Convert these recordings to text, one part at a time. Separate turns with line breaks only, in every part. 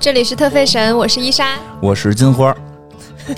这里是特费神，我是伊 莎。
我是金花儿，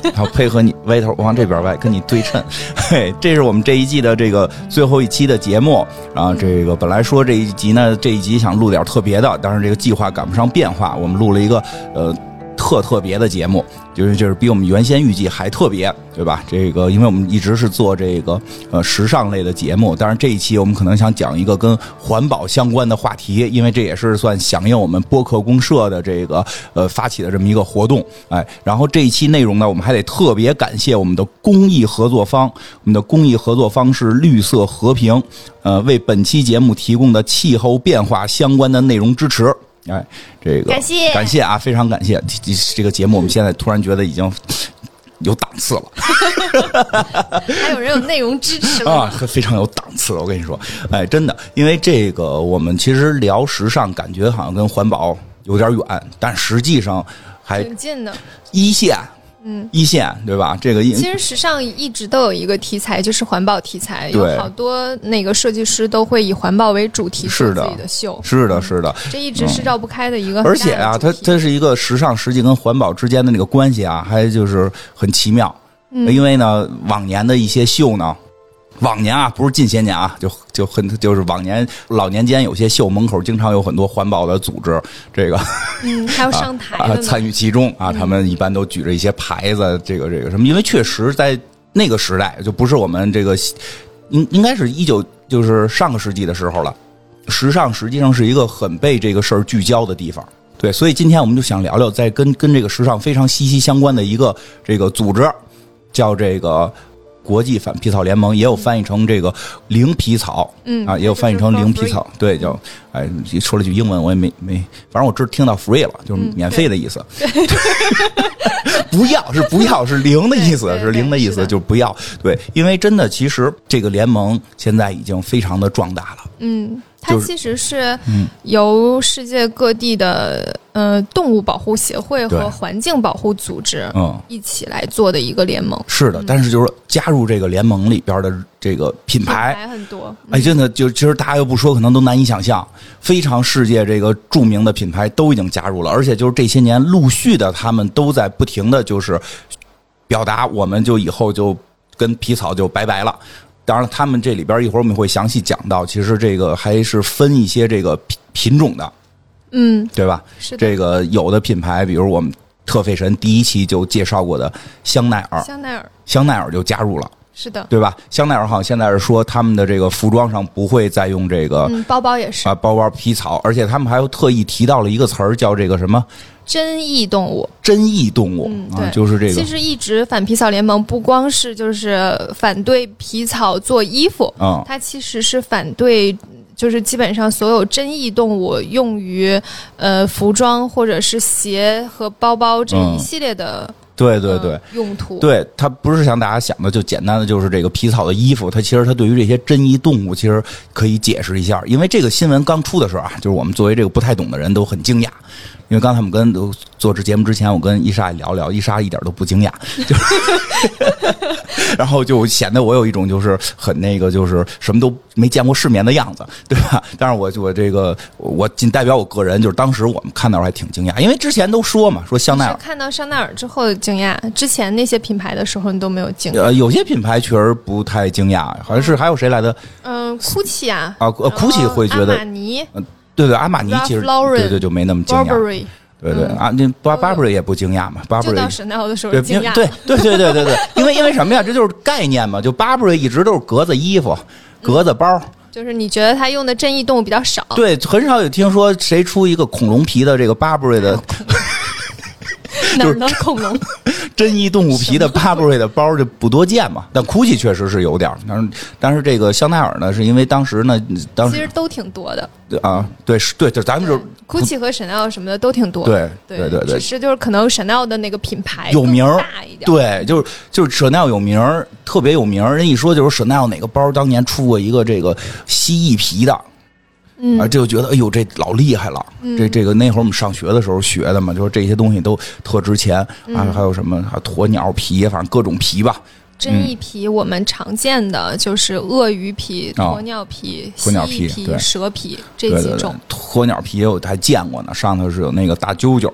然后配合你歪头往这边歪，跟你对称。 嘿，这是我们这一季的这个最后一期的节目啊。这个本来说这一集呢，这一集想录点特别的，但是这个计划赶不上变化，我们录了一个呃。特特别的节目，就是就是比我们原先预计还特别，对吧？这个，因为我们一直是做这个呃时尚类的节目，但是这一期我们可能想讲一个跟环保相关的话题，因为这也是算响应我们播客公社的这个呃发起的这么一个活动，哎，然后这一期内容呢，我们还得特别感谢我们的公益合作方，我们的公益合作方是绿色和平，呃，为本期节目提供的气候变化相关的内容支持。哎，这个
感谢
感谢啊，非常感谢这这个节目，我们现在突然觉得已经有档次了。
还有人有内容支持了
啊，
吗？
非常有档次。我跟你说，哎，真的，因为这个我们其实聊时尚，感觉好像跟环保有点远，但实际上还
挺近的。
一线，嗯，一线对吧？这个一
其实时尚一直都有一个题材，就是环保题材，有
对
好多那个设计师都会以环保为主题
是
做
的
自己的秀，
是的，是的。
这一直是绕不开的一个很大的
而且啊，
主
它
题
它是一个时尚实际跟环保之间的那个关系啊，还就是很奇妙。呃因为呢，往年的一些秀呢，往年啊，不是近些年啊，就就很就是往年老年间有些秀门口经常有很多环保的组织，这个
嗯，还有上台
啊
的呢，
参与其中啊，他们一般都举着一些牌子，这个这个什么，因为确实在那个时代，就不是我们这个应应该是一九就是上个世纪的时候了，时尚实际上是一个很被这个事儿聚焦的地方。对，所以今天我们就想聊聊在跟跟这个时尚非常息息相关的一个这个组织，叫这个国际反皮草联盟，也有翻译成这个零皮草，
嗯
啊，也有翻译成零皮草，对，叫哎，说了句英文，我也没没，反正我知听到 free 了，就是
嗯
免费的意思， 不要是不要是零的意思
对，对
是零的意
是的
思，就是不要，对，因为真的，其实这个联盟现在已经非常的壮大了，
嗯，它
就是嗯
其实是由世界各地的呃动物保护协会
对
和环境保护组织
嗯。
一起来做的一个联盟，
是的，但是就是说加入这个联盟里边的这个品牌，
还很多。
哎，真的，就其实大家又不说，可能都难以想象，非常世界这个著名的品牌都已经加入了，而且就是这些年陆续的，他们都在不停的就是表达，我们就以后就跟皮草就拜拜了。当然了，他们这里边一会儿我们会详细讲到，其实这个还是分一些这个品品种的，
嗯，
对吧？
是的，
这个有的品牌，比如我们特费神第一期就介绍过的香奈儿，
香奈儿
香奈儿就加入了。
是的，
对吧？香奈儿好像现在是说他们的这个服装上不会再用这个、
嗯，包包也是
啊包包皮草，而且他们还有特意提到了一个词儿叫这个什么
争议动物。
珍异动物、
嗯
啊，
对
就是这
其
个
实一直反皮草联盟不光是就是反对皮草做衣服，
啊、
它其实是反对，就是基本上所有争议动物用于呃服装或者是鞋和包包这一
嗯
系列的、
对对
呃
对。
用途。
对，它不是像大家想的，就简单的就是这个皮草的衣服。它其实它对于这些珍异动物，其实可以解释一下。因为这个新闻刚出的时候啊，就是我们作为这个不太懂的人都很惊讶。因为刚才我们跟做这节目之前，我跟伊莎也聊聊，伊莎一点都不惊讶， 就是，然后就显得我有一种就是很那个就是什么都没见过世面的样子，对吧？但是我我这个我仅代表我个人，就是当时我们看到还挺惊讶，因为之前都说嘛，说香奈
是
儿
看到香奈儿之后的惊讶，之前那些品牌的时候你都没有惊讶。
呃，有些品牌确实不太惊讶，好像是还有谁来的
嗯，GUCCI 啊，
啊？呃，GUCCI 会觉
阿
得
玛，尼、
对对，阿玛尼其实
Ralph Lauren
对对就没那么惊讶，
Burberry，
对对
嗯
啊，那巴
都有
巴 a 也不惊讶嘛，巴
就
a
到 Chanel 的时候
对，
惊
因为
讶。
对对对对对对，因为因为什么呀？这就是概念嘛，就 Burberry 一直都是格子衣
嗯
服、格子包，
就是你觉得它用的正义动物比较少，
对，很少有听说谁出一个恐龙皮的这个
哦
Burberry 的
哪儿能恐龙？
珍异动物皮的 Burberry 的包就不多见嘛。但 GUCCI 确实是有点儿，但是但是这个香奈儿呢，是因为当时呢，当
其
时
实都挺多的。
啊，对是对，就咱们就是不
GUCCI 和 Chanel 什么的都挺多的。
对对对对
只，是就是可能 Chanel 的那个品牌
有名
哎更
儿
大一点。，嗯
对，就是就是 Chanel 有名儿，特别有名儿。人一说就是 Chanel 哪个包当年出过一个这个蜥蜴皮的，
嗯
啊，这就觉得哎呦这老厉害了。这这个那会儿我们上学的时候学的嘛，就是这些东西都特值钱
嗯
啊，还有什么还有鸵鸟皮，反正各种皮吧。
真翼皮我们常见的就是鳄鱼皮、
嗯哦
鸵鸟皮、
鸵鸟皮
蜥蜴
对
蛇皮这
对
几
对对
种。，
鸵鸟皮我还见过呢，上头是有那个大揪揪，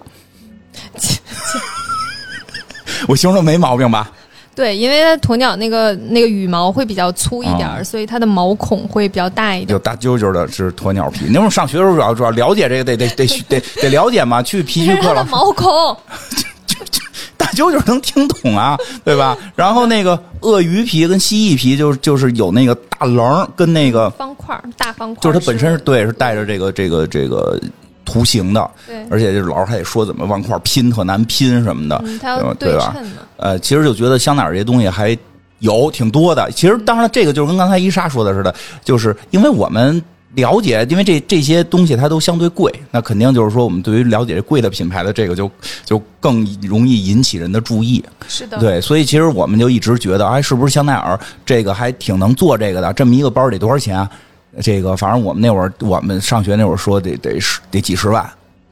我形容没毛病吧？
对，因为它鸵鸟那个那个羽毛会比较粗一点儿，
哦
所以它的毛孔会比较大一点
有
儿。
大揪揪的是鸵鸟皮，那会儿上学的时候主要主要了解这个，得得得得得了解嘛，去皮
这是
区
它
课
的
了。
毛孔，
大舅舅能听懂啊，对吧？然后那个鳄鱼皮跟蜥蜴皮就是就是有那个大棱儿跟那个，
方块儿大方块
就
儿，
是它本身是对是带着这个这个这个图形的，
对，
而且就是老师还得说怎么往块儿拼特难拼什么的，
嗯，它要
对吧
称？嘛。
呃，其实就觉得香奈儿这东西还有挺多的。其实当然，这个就是跟刚才伊莎说的似的，就是因为我们。了解，因为这这些东西它都相对贵，那肯定就是说，我们对于了解贵的品牌的这个就就更容易引起人的注意。
是的，
对，所以其实我们就一直觉得，哎，是不是香奈儿这个还挺能做这个的？这么一个包得多少钱啊？这个反正我们那会儿，我们上学那会儿说得得十得几十万，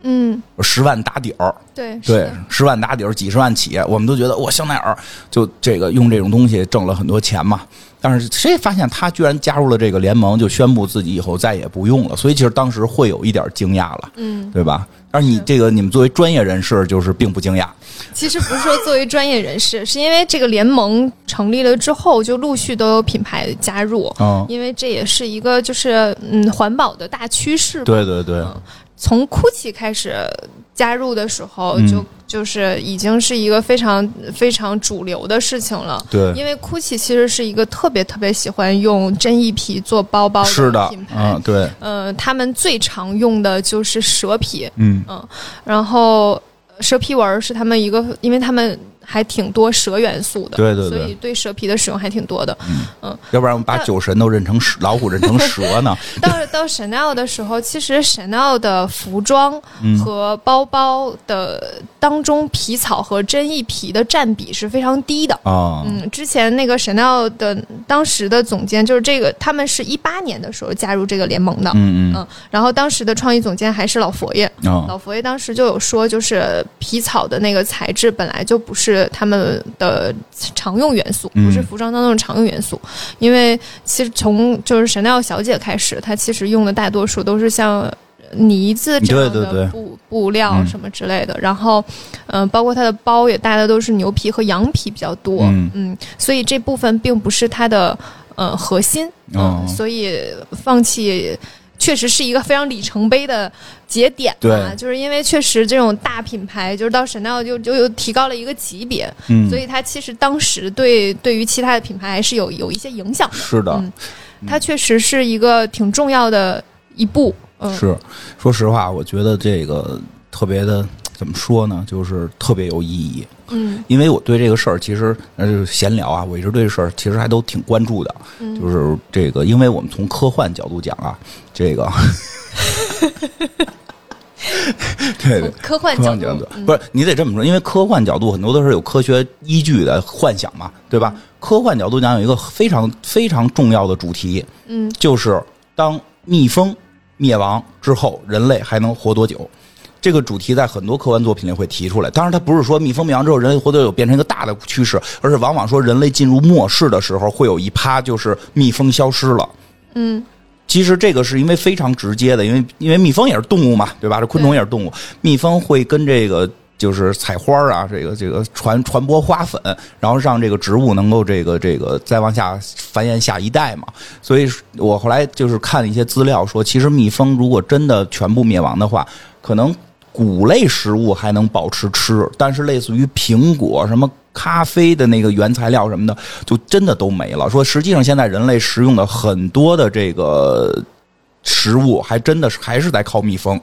嗯，
十万打底儿。
对，是
对
的，
十万打底儿，几十万起，我们都觉得哇，香奈儿就这个用这种东西挣了很多钱嘛。但是谁发现他居然加入了这个联盟，就宣布自己以后再也不用了，所以其实当时会有一点惊讶了，
嗯，
对吧？但是你这个你们作为专业人士，就是并不惊讶，
其实不是说作为专业人士， 是因为这个联盟成立了之后，就陆续都有品牌加入，
嗯，
因为这也是一个就是嗯环保的大趋势吧。
对对对，
从 GUCCI 开始加入的时候，
嗯
就就是已经是一个非常非常主流的事情了。
对，
因为 GUCCI 其实是一个特别特别喜欢用真一皮做包包
是的
品，牌，
嗯，对，
呃，他们最常用的就是蛇皮，
嗯，
然后呃蛇皮纹儿是他们一个，因为他们还挺多蛇元素的，
对对嗯对
所以对蛇皮的使用还挺多的。
要不然我们把
但
酒神都认成蛇，老虎认成蛇 呢？
到到 Chanel 的时候，其实 Chanel 的服装
嗯
和包包的当中皮草和真意皮的占比是非常低的。
啊，
嗯，之前那个 Chanel 的当时的总监就是这个，他们是一八年的时候加入这个联盟的，
嗯嗯
嗯然后当时的创意总监还是老佛爷，
啊，
老佛爷当时就有说，就是皮草的那个材质本来就不是他们的常用元素，
嗯
不是服装当中的常用元素。因为其实从就是神奈小姐开始，她其实用的大多数都是像呢子这样
对对对
的布布料
嗯
什么之类的。然后，嗯、包括她的包也戴的都是牛皮和羊皮比较多，
嗯
所以这部分并不是它的呃核心。
哦
嗯，所以放弃确实是一个非常里程碑的节点吧
对，
就是因为确实这种大品牌，就是到 Chanel 就就又提高了一个级别，
嗯
所，以它其实当时对对于其他的品牌还是有有一些影响的。
是的，
嗯它确实是一个挺重要的一步，嗯，
是，说实话，我觉得这个特别的怎么说呢，就是特别有意义。
嗯
因为我对这个事儿，其实呃就是闲聊啊，我一直对这事儿其实还都挺关注的。
嗯，
就是这个，因为我们从科幻角度讲啊，这个，对对，
科幻
科
角
幻角
度
度，不
是
是你得这么说，因为科幻角度很多都是有科学依据的幻想嘛，对吧？科幻角度讲有一个非常非常重要的主题，
嗯
就是当蜜蜂灭亡之后，人类还能活多久？这个主题在很多科幻作品里会提出来。当然，它不是说蜜蜂灭亡之后人类活多久变成一个大的趋势，而是往往说人类进入末世的时候，会有一趴就是蜜蜂消失了。
嗯
其实这个是因为非常直接的，因为因为蜜蜂也是动物嘛，对吧？这昆虫也是动物，蜜蜂会跟这个就是采花儿啊，这个这个传传播花粉，然后让这个植物能够这个这个再往下繁衍下一代嘛。所以我后来就是看了一些资料说，其实蜜蜂如果真的全部灭亡的话，可能谷类食物还能保持吃，但是类似于苹果什么。咖啡的那个原材料什么的，就真的都没了。说实际上，现在人类食用的很多的这个食物，还真的是还是在靠蜜蜂。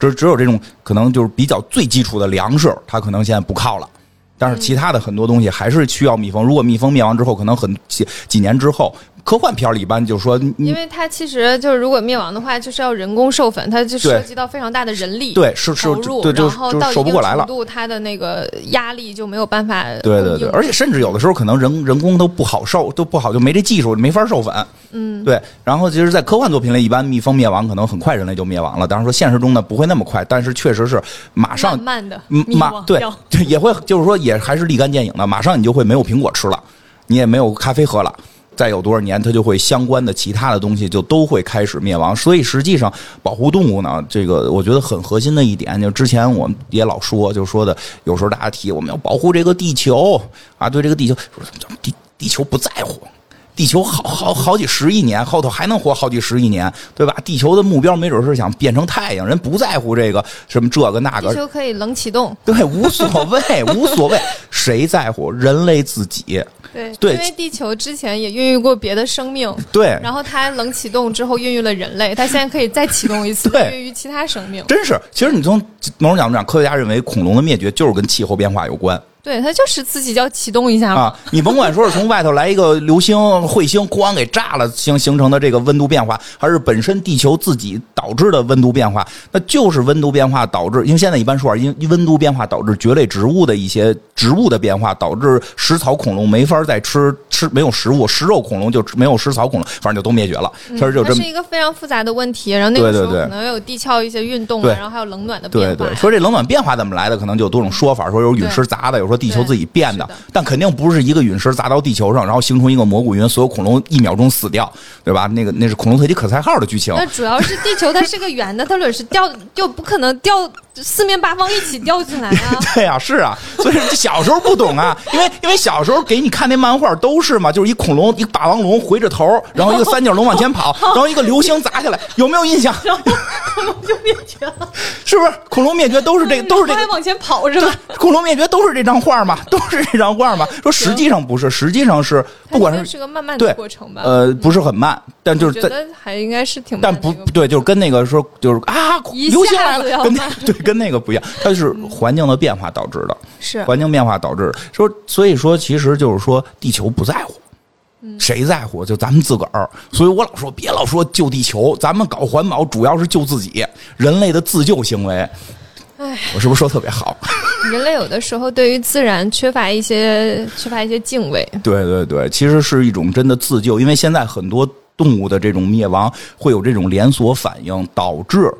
只只有这种可能就是比较最基础的粮食，它可能现在不靠了。但是其他的很多东西还是需要蜜蜂。如果蜜蜂灭亡之后，可能很几几年之后，科幻片儿里一般就说，
因为它其实就是，如果灭亡的话，就是要人工授粉，它就涉及到非常大的人力
对，是是
投，入，
对，就
然
是
后
就
到
是
一
守
定
不过来
程
了。
度，它的那个压力就没有办法
对对对，
供应
而且甚至有的时候可能人人工都不好授，都不好，就没这技术，没法授粉。
嗯，
对。然后其实，在科幻作品里，一般蜜蜂灭亡可能很快人类就灭亡了。当然说现实中呢不会那么快，但是确实是马上
慢慢的
嗯，马对
掉，
对也会就是说也还是立竿见影的，马上你就会没有苹果吃了，你也没有咖啡喝了。再有多少年，它就会相关的其他的东西就都会开始灭亡。所以实际上，保护动物呢，这个我觉得很核心的一点，就之前我们也老说，就说的有时候大家提我们要保护这个地球啊，对这个地球，地地球不在乎。地球好好好几十亿年，后头还能活好几十亿年，对吧？地球的目标没准是想变成太阳，人不在乎这个什么这个那
地
个，
球可以冷启动，
对，无所谓，无所谓，谁在乎？人类自己，
对
对
因为地球之前也孕育过别的生 命，
对，
然后它冷启动之后孕育了人类，它现在可以再启动一次，
对
孕育其他生命。
真是。其实你从某种角度讲，科学家认为恐龙的灭绝就是跟气候变化有关。
对，它就是自己要启动一下嘛。
啊，你甭管说是从外头来一个流星、彗星，咣给炸了，形形成的这个温度变化，还是本身地球自己导致的温度变化，那就是温度变化导致。因为现在一般说法，啊因因温度变化导致蕨类植物的一些植物的变化，导致食草恐龙没法再吃吃没有食物，食肉恐龙就没有食草恐龙，反正就都灭绝了。其实就
它嗯
这
是
么。
一个非常复杂的问题，然后那个
对对
时候
对
可能有地壳一些运动啊，
对
然后还有冷暖的变
对
化。啊
对，说这冷暖变化怎么来的，可能就有多种说法，说有陨石砸的，有说地球自己变的
对是的，
但肯定不是一个陨石砸到地球上，然后形成一个蘑菇云，所有恐龙一秒钟死掉，对吧？那个那是恐龙特级可赛号的剧情。
那主要是啊地球它是个圆的，它论是掉就不可能掉四面八方一起掉进来 啊。
对呀、是啊，所以这小时候不懂啊，因为因为小时候给你看那漫画都是嘛，就是一恐龙，一霸王龙回着头，然后一个三角龙往前 跑，然后一个流星砸下来，有没有印象？
然后恐龙就灭绝了，
是不是恐龙灭绝都是这个，都是
然
这个
后还往前跑是吧？
恐龙灭绝都是这张画嘛，都是这张画嘛。说实际上不是，实际上是不管
它
是
就是个慢慢
对
的过程吧。
呃，不是很慢，但就是
觉
在，
得还应该是挺慢
但
的
不
一个步骤，
对，就是跟那个说，就是啊，
一
流星
下
来
子要
了，跟那
慢嗯
对跟那个不一样，它是环境的变化导致的，
是
环境变化导致的。说，所以说，其实就是说，地球不在乎。
嗯
谁在乎？就咱们自个儿。所以我老说，别老说救地球，咱们搞环保主要是救自己，人类的自救行为。我是不是说特别好？
人类有的时候对于自然缺乏一些缺乏一些敬畏。
对对对，其实是一种真的自救，因为现在很多动物的这种灭亡会有这种连锁反应，导致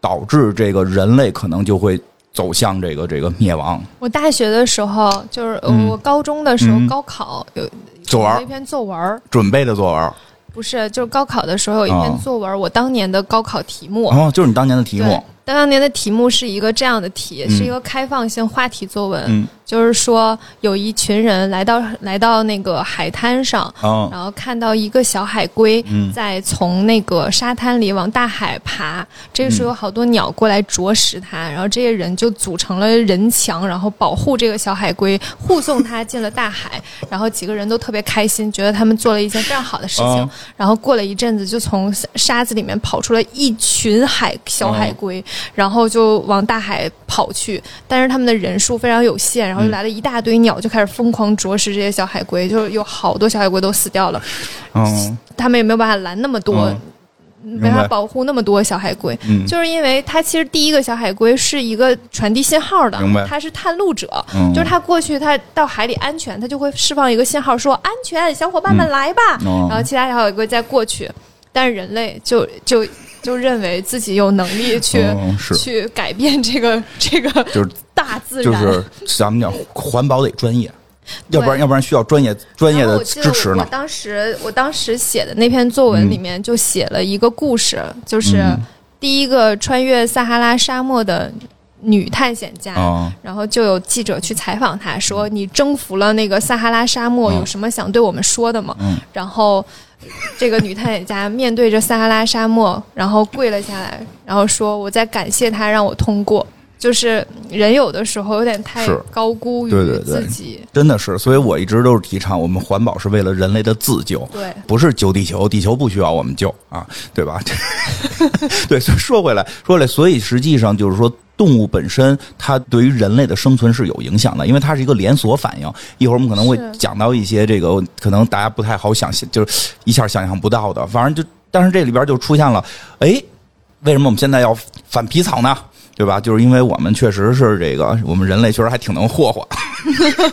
导致这个人类可能就会走向这个这个灭亡。
我大学的时候，就是、呃
嗯
我高中的时候，
嗯
高考有
作文
有一篇作文儿，
准备的作文，
不是，就是高考的时候有一篇
哦
作文儿，我当年的高考题目。
哦，就是你当年的题
对
目，，
当年的题目是一个这样的题，
嗯
是一个开放性话题作文，
嗯
就是说有一群人来到来到那个海滩上，
嗯
然后看到一个小海龟
嗯
在从那个沙滩里往大海爬，这个时候有好多鸟过来啄食它，然后这些人就组成了人墙，然后保护这个小海龟，护送它进了大海。然后几个人都特别开心，觉得他们做了一件非常好的事情
嗯。
然后过了一阵子，就从沙子里面跑出了一群海小海龟，然后就往大海跑去。但是他们的人数非常有限，然后就来了一大堆鸟，就开始疯狂啄食这些小海龟，就有好多小海龟都死掉了。
嗯
他们也没有办法拦那么多，
嗯
没
明
法
白
保护那么多小海龟。
嗯
就是因为它其实第一个小海龟是一个传递信号的
明白，
它是探路者，
嗯
就是它过去它到海里安全，它就会释放一个信号说安全，小伙伴们来吧。
哦
然后其他小海龟再过去，但是人类就就就认为自己有能力去、
嗯是
去改变这个这个
就是
大自
就
然。
是咱们讲环保得专业，要不然
对
要不然需要专业专业
然后
的
我记得
支持
我我
呢。
当时我当时写的那篇作文里面就写了一个故事，就是
嗯
第一个穿越撒哈拉沙漠的女探险家。
啊，
然后就有记者去采访她，说：“你征服了那个撒哈拉沙漠，
嗯
有什么想对我们说的吗？”
嗯
然后这个女探险家面对着撒哈拉沙漠，然后跪了下来，然后说：“我在感谢他让我通过。”就是人有的时候有点太
是
高估于
对对对
自己，
真的是，所以我一直都是提倡我们环保是为了人类的自救。
对
不是救地球，地球不需要我们救啊，对吧？ 对，所以说回来，说回来，所以实际上就是说。动物本身，它对于人类的生存是有影响的，因为它是一个连锁反应。一会儿我们可能会
是
讲到一些这个，可能大家不太好想象，就是一下想象不到的。反正就，但是这里边就出现了，哎，为什么我们现在要反皮草呢？对吧？就是因为我们确实是这个，我们人类确实还挺能霍霍。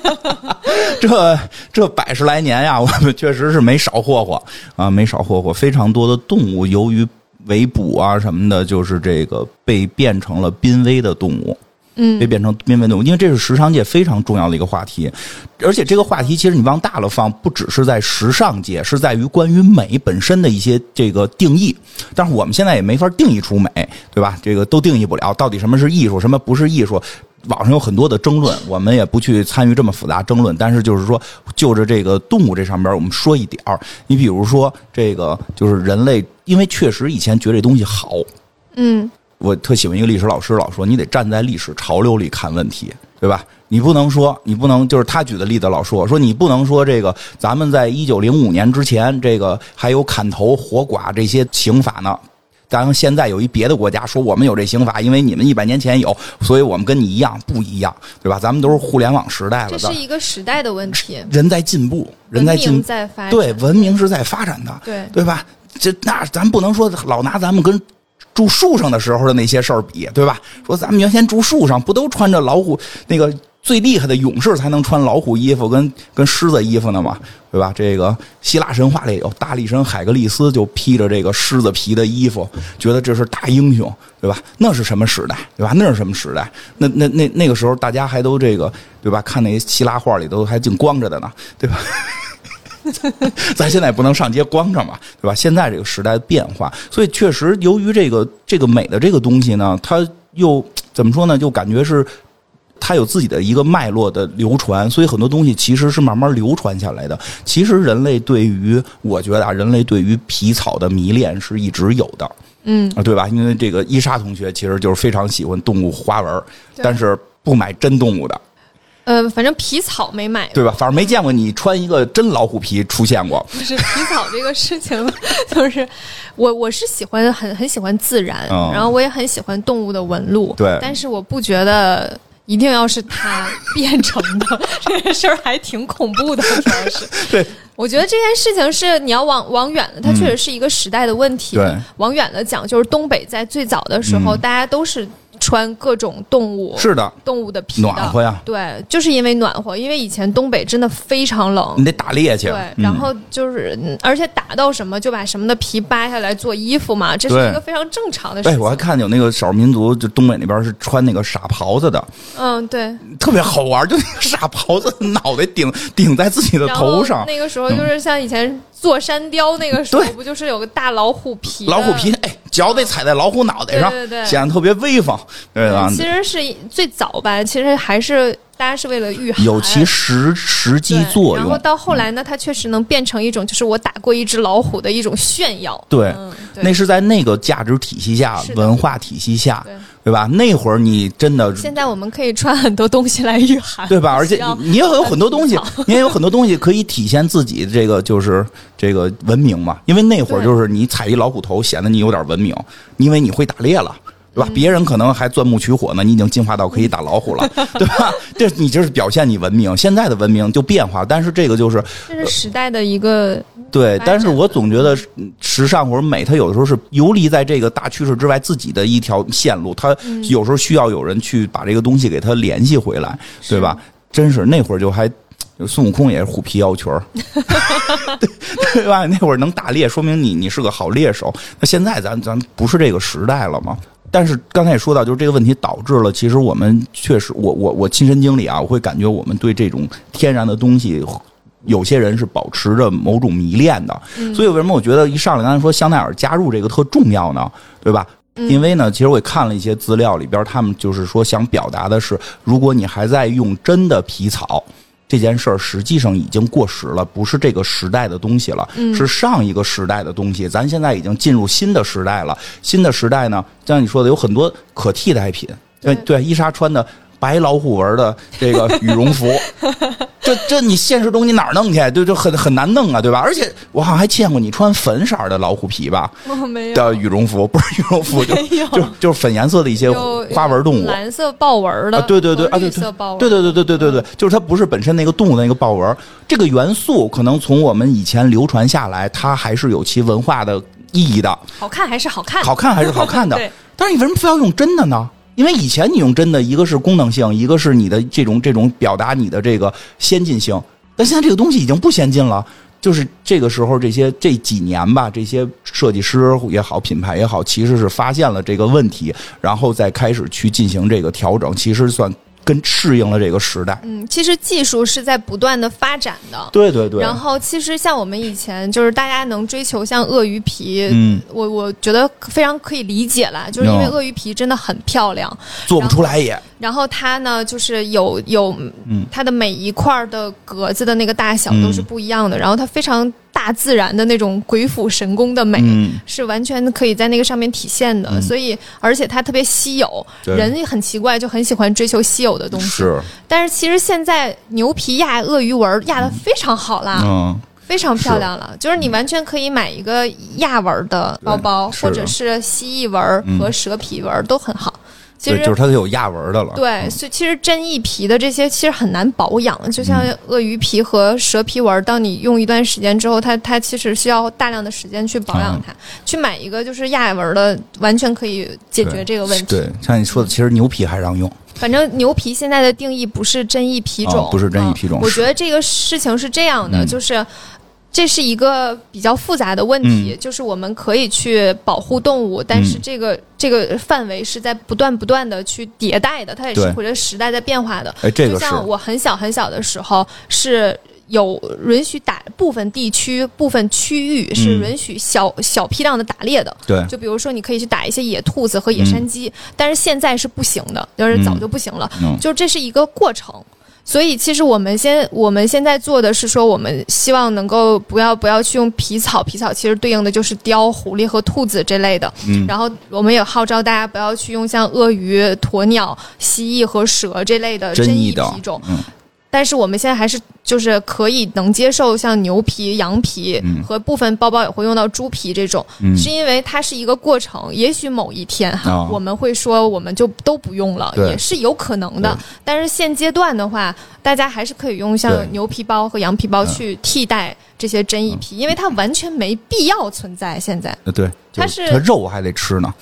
这这百十来年呀，我们确实是没少霍霍啊，没少霍霍。非常多的动物由于围捕啊什么的，就是这个被变成了濒危的动物。
嗯
别变成边边动物，因为这是时尚界非常重要的一个话题。而且这个话题其实你往大了放，不只是在时尚界，是在于关于美本身的一些这个定义。但是我们现在也没法定义出美，对吧？这个都定义不了，到底什么是艺术，什么不是艺术。网上有很多的争论，我们也不去参与这么复杂争论。但是就是说，就着这个动物这上边，我们说一点儿。你比如说，这个就是人类，因为确实以前觉得这东西好，
嗯，
我特喜欢一个历史老师老说，你得站在历史潮流里看问题，对吧？你不能说，你不能就是他举的例子老说，说你不能说这个，咱们在一九零五年之前，这个还有砍头、活剐这些刑法呢。咱现在有一别的国家说我们有这刑法，因为你们一百年前有，所以我们跟你一样不一样，对吧？咱们都是互联网时代
这
了
是
的，
一个时代的问题，
人在进步， 人在
文
进
明在发展，
对，文明是在发展的，
对
对吧？这那咱不能说老拿咱们跟住树上的时候的那些事儿比，对吧？说咱们原先住树上不都穿着老虎那个最厉害的勇士才能穿老虎衣服跟跟狮子衣服呢嘛，对吧？这个希腊神话里有大力神海格力斯就披着这个狮子皮的衣服，觉得这是大英雄，对吧？那是什么时代，对吧？那是什么时代？那那那那个时候大家还都这个，对吧？看那希腊画里头还净光着的呢，对吧？ 咱现在也不能上街光着嘛，对吧？现在这个时代的变化，所以确实由于这个这个美的这个东西呢，它又怎么说呢？就感觉是它有自己的一个脉络的流传，所以很多东西其实是慢慢流传下来的。其实人类对于，我觉得啊，人类对于皮草的迷恋是一直有的。
嗯，
啊，对吧？因为这个伊莎同学其实就是非常喜欢动物花纹，
对
但是不买真动物的，
呃，反正皮草没买，
对吧？反正没见过你穿一个真老虎皮出现过。
就是皮草这个事情，就是我我是喜欢很很喜欢自然，
嗯
然后我也很喜欢动物的纹路，
对
但是我不觉得一定要是它 变成的，这个事儿还挺恐怖的，主要是。
对，嗯
我觉得这件事情是你要往往远了，它确实是一个时代的问题。
对
往远了讲，就是东北在最早的时候，
嗯
大家都是穿各种动物
是的，
动物的皮的，
暖和呀，
对，就是因为暖和，因为以前东北真的非常冷，
你得打猎去。嗯
对，然后就是，嗯而且打到什么就把什么的皮扒下来做衣服嘛，这是
对
一个非常正常的事
哎，
情。
我还看有那个少数民族，就东北那边是穿那个傻袍子的，
嗯，对。
特别好玩，就那个傻袍子脑袋顶顶在自己的
然后
头上，嗯
那个时候就是像以前做山雕那个时候
对，
不就是有个大老虎皮？
老虎皮，。哎，脚得踩在老虎脑袋上，
对对对
显得特别威风，对吧？
其实是最早吧，其实还是大家是为了御寒。
有其实实际
对
作
然后
用。
到后来呢，它确实能变成一种，就是我打过一只老虎的一种炫耀。
对
嗯，对
那是在那个价值体系下
是、的
文化体系下
对，
对吧？那会儿你真的
现在我们可以穿很多东西来御寒，
对吧？而且
需要
你你也有很多东西
很皮，
你也有很多东西可以体现自己这个就是这个文明嘛。因为那会儿
对
就是你踩一老虎头，显得你有点文明，因为你会打猎了。对吧？
嗯
别人可能还钻木取火呢，你已经进化到可以打 老虎了，对吧？这你这是表现你文明。现在的文明就变化，但是这个就是
这是时代的一个
对，
发
但是
展
我总觉得嗯时尚或者美，它有的时候是游离在这个大趋势之外自己的一条线路，它有时候需要有人去把这个东西给它联系回来，对吧？真是那会儿就还。就孙悟空也是虎皮腰裙儿，对对吧？那会儿能打猎，说明你你是个好猎手。那现在咱咱不是这个时代了吗？但是刚才也说到，就是这个问题导致了，其实我们确实，我我我亲身经历啊，我会感觉我们对这种天然的东西，有些人是保持着某种迷恋的。所以为什么我觉得一上来刚才说香奈儿加入这个特重要呢？对吧？因为呢，其实我也看了一些资料，里边他们就是说想表达的是，如果你还在用真的皮草。这件事儿实际上已经过时了，不是这个时代的东西了，是上一个时代的东西。咱现在已经进入新的时代了，新的时代呢，就像你说的，有很多可替代品。对对，伊莎穿的白老虎纹的这个羽绒服，这这你现实中你哪儿弄去？就就很很难弄啊，对吧？而且我好像还见过你穿粉色儿的老虎皮吧
我没有
的羽绒服，不是羽绒服，就
没有
就就是粉颜色的一些
有
花纹动物。
蓝色豹纹的，
啊，对对对，
和
啊，对
绿
对
色豹纹，嗯
对对对对对对对，就是它不是本身那个动物的那个豹纹儿，这个元素可能从我们以前流传下来，它还是有其文化的意义的，
好看还是好看，
好看还是好看的
对。
但是你为什么非要用真的呢？因为以前你用真的，一个是功能性，一个是你的这种这种表达你的这个先进性，但现在这个东西已经不先进了。就是这个时候，这些这几年吧，这些设计师也好，品牌也好，其实是发现了这个问题，然后再开始去进行这个调整，其实算跟适应了这个时代。
嗯，其实技术是在不断的发展的。
对对对。
然后，其实像我们以前就是大家能追求像鳄鱼皮，
嗯，哦
我我觉得非常可以理解啦，就是因为鳄鱼皮真的很漂亮，
做不出来也。
然后它呢，就是有有，
嗯
它的每一块的格子的那个大小都是
嗯
不一样的，然后它非常大自然的那种鬼斧神工的美，
嗯，
是完全可以在那个上面体现的。
嗯
所以，而且它特别稀有，
对
人也很奇怪，就很喜欢追求稀有的东西。
是，
但是其实现在牛皮压鳄鱼纹儿压的非常好啦，
嗯，
非常漂亮了。就是你完全可以买一个压纹儿的包包，
对是
或者是蜥蜴纹儿
嗯
和蛇皮纹儿都很好。其
对，
实
就是它都有压纹的了。嗯
对，所以其实真一皮的这些其实很难保养，就像
嗯
鳄鱼皮和蛇皮纹儿，当你用一段时间之后，它它其实需要大量的时间去保
啊
养它。去买一个就是亚纹儿的，完全可以解决这个问题。嗯
对，像你说的，其实牛皮还让用。
反正牛皮现在的定义不是真一皮种，嗯
啊不是真一皮种
我觉
是
得这个事情是这样的，
嗯
就是。这是一个比较复杂的问题，就是我们可以去保护动物，但是
嗯
这个、这个范围是在不断不断的去迭代的，它也是
对
随着时代在变化的。
哎，这个
就是像我很小很小的时候是。有允许打部分地区、部分区域是
嗯
允许小、小批量的打猎的，
对，
就比如说你可以去打一些野兔子和野山鸡，但是现在是不行的，就是早就不行了。
嗯
就这是一个过程。所以，其实我们先我们现在做的是说，我们希望能够不要不要去用皮草，皮草其实对应的就是貂、狐狸和兔子这类的。
嗯
然后我们也号召大家不要去用像鳄鱼、鸵鸟、蜥蜴和蛇这类的
真
真
意
异
的
皮种。
嗯
但是我们现在还是就是可以能接受像牛皮、羊皮、
嗯
和部分包包也会用到猪皮这种，
嗯
是因为它是一个过程。也许某一天哈，
哦
我们会说我们就都不用了，
对
也是有可能的
对。
但是现阶段的话，大家还是可以用像
对嗯
牛皮包和羊皮包去替代这些真一皮，因为它完全没必要存在。现 在
呃对，就
它是
它肉还得 吃呢，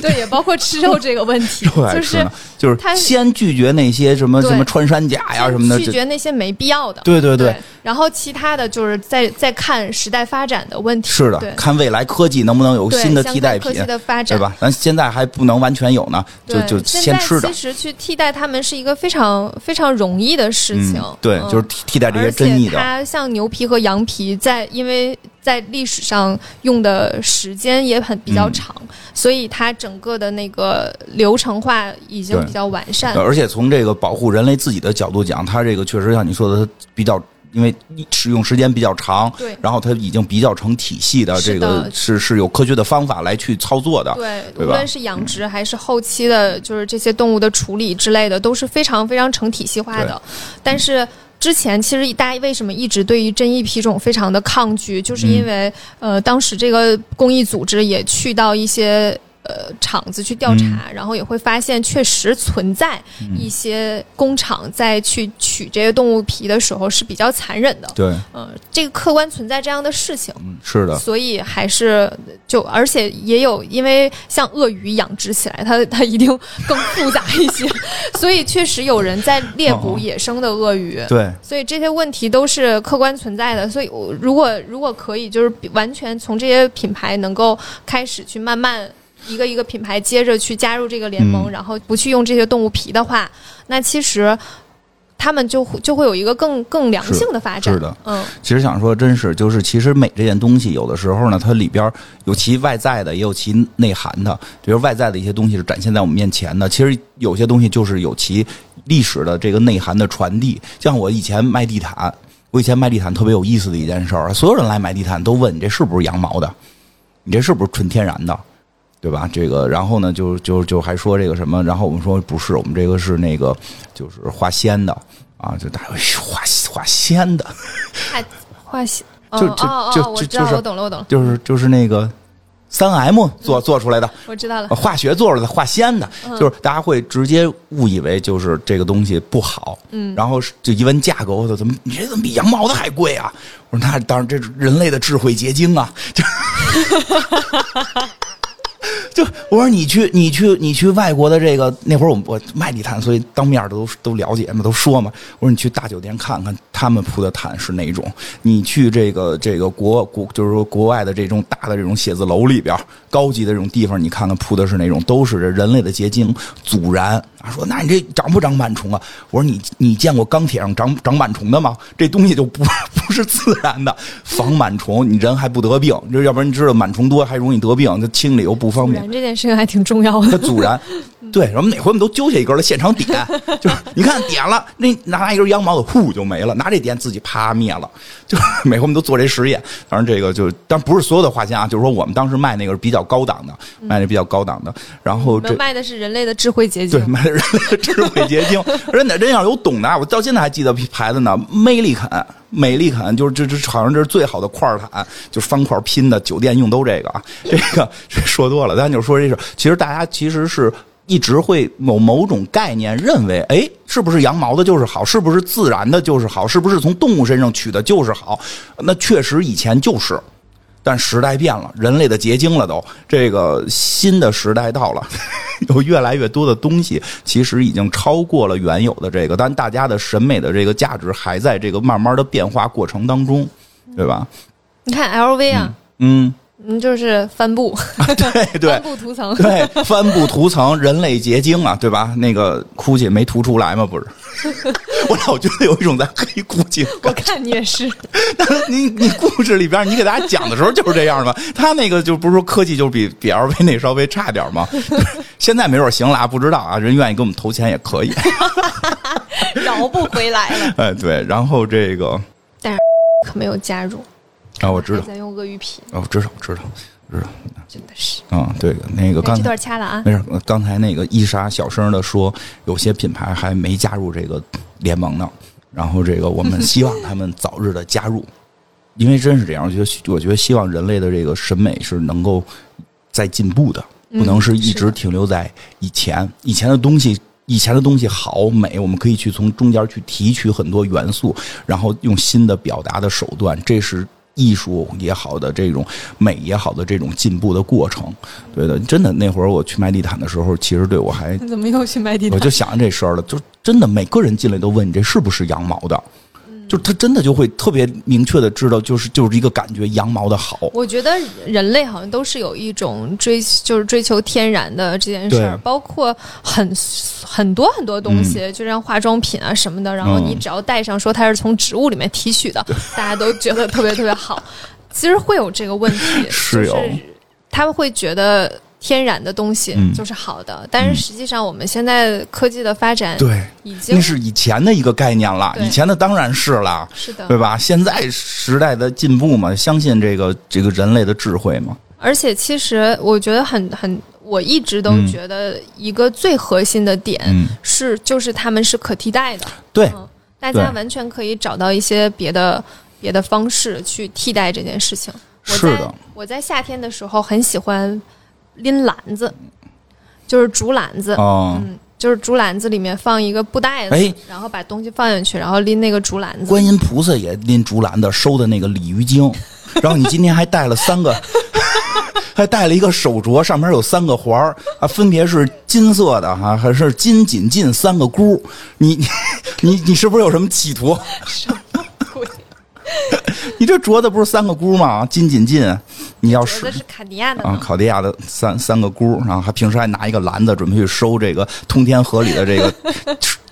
对，也包括吃肉这个问 题，
肉还
就
得吃
是
呢，就是
它
先拒绝那些什么
对
什么穿山甲呀什么的，
拒
这
绝那些没必要的。
对对对，
然后其他的就是再再看时代发展的问题。
是的
对，
看未来科技能不能有
对
新的
相
替
关
代
科
品
技，的发
对
展？
吧？咱现在还不能完全有呢，就
对，
就
现
先
在
吃着
其。实去替代它们是一个非常非常容易的事情。
嗯，对，
嗯
就是替替代这些真意
而且
的，
它像牛皮和羊皮在，因为在历史上用的时间也很比
嗯
较长，所以它整个的那个流程化已经
对
比较完善。
呃而且从这个保护人类自己的角度讲，它这个确实像你说的，它比较因为使用时间比较长，
对
然后它已经比较成体系的，
是
这
的
个是是有科学的方法来去操作的，
对，
啊对
无
吧嗯
论是养殖还是后期的，就是这些动物的处理之类的，都是非常非常成体系化的。但是之前其实大家为什么一直对于真异品种非常的抗拒，就是因
嗯
为、呃，当时这个公益组织也去到一些。呃，厂子去调查，
嗯
然后也会发现确实存在一些工厂在去取这些动物皮的时候是比较残忍的。
对，
呃，这个客观存在这样的事情。
嗯，是的，
所以还是就，而且也有，因为像鳄鱼养殖起来，它 它一定更复杂一 些，所以确实有人在猎捕野生的鳄鱼。
哦对，
所以这些问题都是客观存在的，所以我如果如果可以，就是比完全从这些品牌能够开始去慢慢一个一个品牌接着去加入这个联盟，
嗯
然后不去用这些动物皮的话，那其实他们就会就会有一个更更良
是
性的发展。
是的，
嗯，
其实想说，真是就是，其实美这件东西，有的时候呢，它里边儿有其外在的，也有其内涵的。比如外在的一些东西是展现在我们面前的，其实有些东西就是有其历史的这个内涵的传递。像我以前卖地毯，我以前卖地毯特别有意思的一件事儿，所有人来买地毯都问你这是不是羊毛的，你这是不是纯天然的。对吧？这个，然后呢，就就就还说这个什么，然后我们说不是，我们这个是那个，就是化纤的啊，就大家哎呦化化纤的，
太化纤。
就
哦
就
哦
就
哦，我
就
知道
就
了，
是
我懂了，我懂了，
就是就是那个三 M 做做出来 的，
我知道了
呃。化学做出来的化纤的，
嗯
就是大家会直接误以为就是这个东西不好，
嗯
然后是就一问价格，我说怎么你这怎么比羊毛的还贵啊？我说那当然，这是人类的智慧结晶啊，就。就我说你去你去你去外国的这个那会儿我我卖地毯，所以当面儿都都了解嘛，都说嘛。我说你去大酒店看看，他们铺的毯是哪种。你去这个这个国国，就是说国外的这种大的这种写字楼里边，高级的这种地方，你看看铺的是哪种，都是这人类的结晶阻燃。啊，说那你这长不长螨虫啊？我说你你见过钢铁上长长螨虫的吗？这东西就不不是 自然的，防螨虫，你人还不得病，就要不然你知道螨虫多还容易得病，它清理又不方
阻
便
燃。这件事情还挺重要的。
它阻燃。 对，然后每回我们都揪下一根来现场点，就是你看点了，那拿一根羊毛的呼就没了，拿这点自己啪灭了，就是每回我们都做这实验。当然这个就，但不是所有的画家啊，就是说我们当时卖那个是比较高档的，卖那比较高档的，然后
我
这
们卖的是人类的智慧结晶
对，卖的是智慧结晶。人哪真要有懂的啊，我到现在还记得牌子呢，魅力肯。美丽肯就是这这好像这是最好的块儿毯，就是方块拼的，酒店用都这个啊。这个 这说多了，咱就说这事儿。其实大家其实是一直会有某种概念，认为哎，是不是羊毛的就是好，是不是自然的就是好，是不是从动物身上取的就是好？那确实以前就是，但时代变了，人类的结晶了都，这个新的时代到了，有越来越多的东西 其实已经超过了原有的这个，但大家的审美的这个价值还在这个慢慢的变化过程当中，对吧？
你看 LV 啊，
嗯，
嗯，就是帆布，
对对
帆。布涂 层，
对，帆布涂层，人类结晶啊，对吧？那个 GUCCI 没涂出来吗？不是，我老觉得有一种在黑 GUCCI 的
我看你也是。
你你故事里边，你给大家讲的时候就是这样的吗？他那个就不是说科技就比比 LV 那稍微差点吗？现在没准行了啊，不知道啊，人愿意给我们投钱也可以。
饶不回来了。
哎，对，然后这个
可没有加入，
啊，我知道
还，在用鳄鱼皮，
啊，我知道，我知道，知道，
真的是。
嗯，对，那个
哎
刚
这
才
段掐了啊，
没事，刚才那个伊莎小声的说，有些品牌还没加入这个联盟呢，然后这个我们希望他们早日的加入，因为真是这样，我觉得我觉得希望人类的这个审美是能够在进步的，
嗯
不能是一
是
直
的
停留在以前，以前的东西。以前的东西好美，我们可以去从中间去提取很多元素，然后用新的表达的手段，这是艺术也好的这种美也好的这种进步的过程。对的，真的那会儿我去卖地毯的时候，其实对我还
你怎么又去卖地
我
毯？
就想这事儿了，就真的每个人进来都问你这是不是羊毛的，
嗯
就是他真的就会特别明确的知道，就是就是一个感觉羊毛的好。
我觉得人类好像都是有一种追，就是追求天然的这件事儿，
对嗯
包括很很多很多东西，就像化妆品啊什么的，然后你只要带上说它是从植物里面提取的，大家都觉得特别特别 好。其实会有这个问题，
是有
就是他们会觉得天然的东西
嗯
就是好的，但是实际上我们现在科技的发展
对，
已经
那是以前的一个概念了，
对
以前的当然是了，
是的，
对吧？现在时代的进步嘛，相信这个这个人类的智慧嘛，
而且其实我觉得很很，我一直都
嗯
觉得一个最核心的点
嗯，
是，就是他们是可替代的，
对，
嗯，大家
对
完全可以找到一些别的别的方式去替代这件事情。我
是
在
的，
我在夏天的时候很喜欢拎篮子，就是竹篮子，
哦，
嗯，就是竹篮子里面放一个布袋子，
哎
然后把东西放进去，然后拎那个竹篮子。
观音菩萨也拎竹篮子收的那个鲤鱼精， 然后你今天还带了三个， 还带了一个手镯，上面有三个环儿啊，分别是金色的哈、还是金锦进三个箍。你你你你是不是有什么企图？
鬼
你这镯子不是三个箍吗？金锦进，你要
觉
是
得是卡地亚的
啊，
呢，
考迪亚的三三个箍，然后还平时还拿一个篮子准备去收这个通天河里的这 个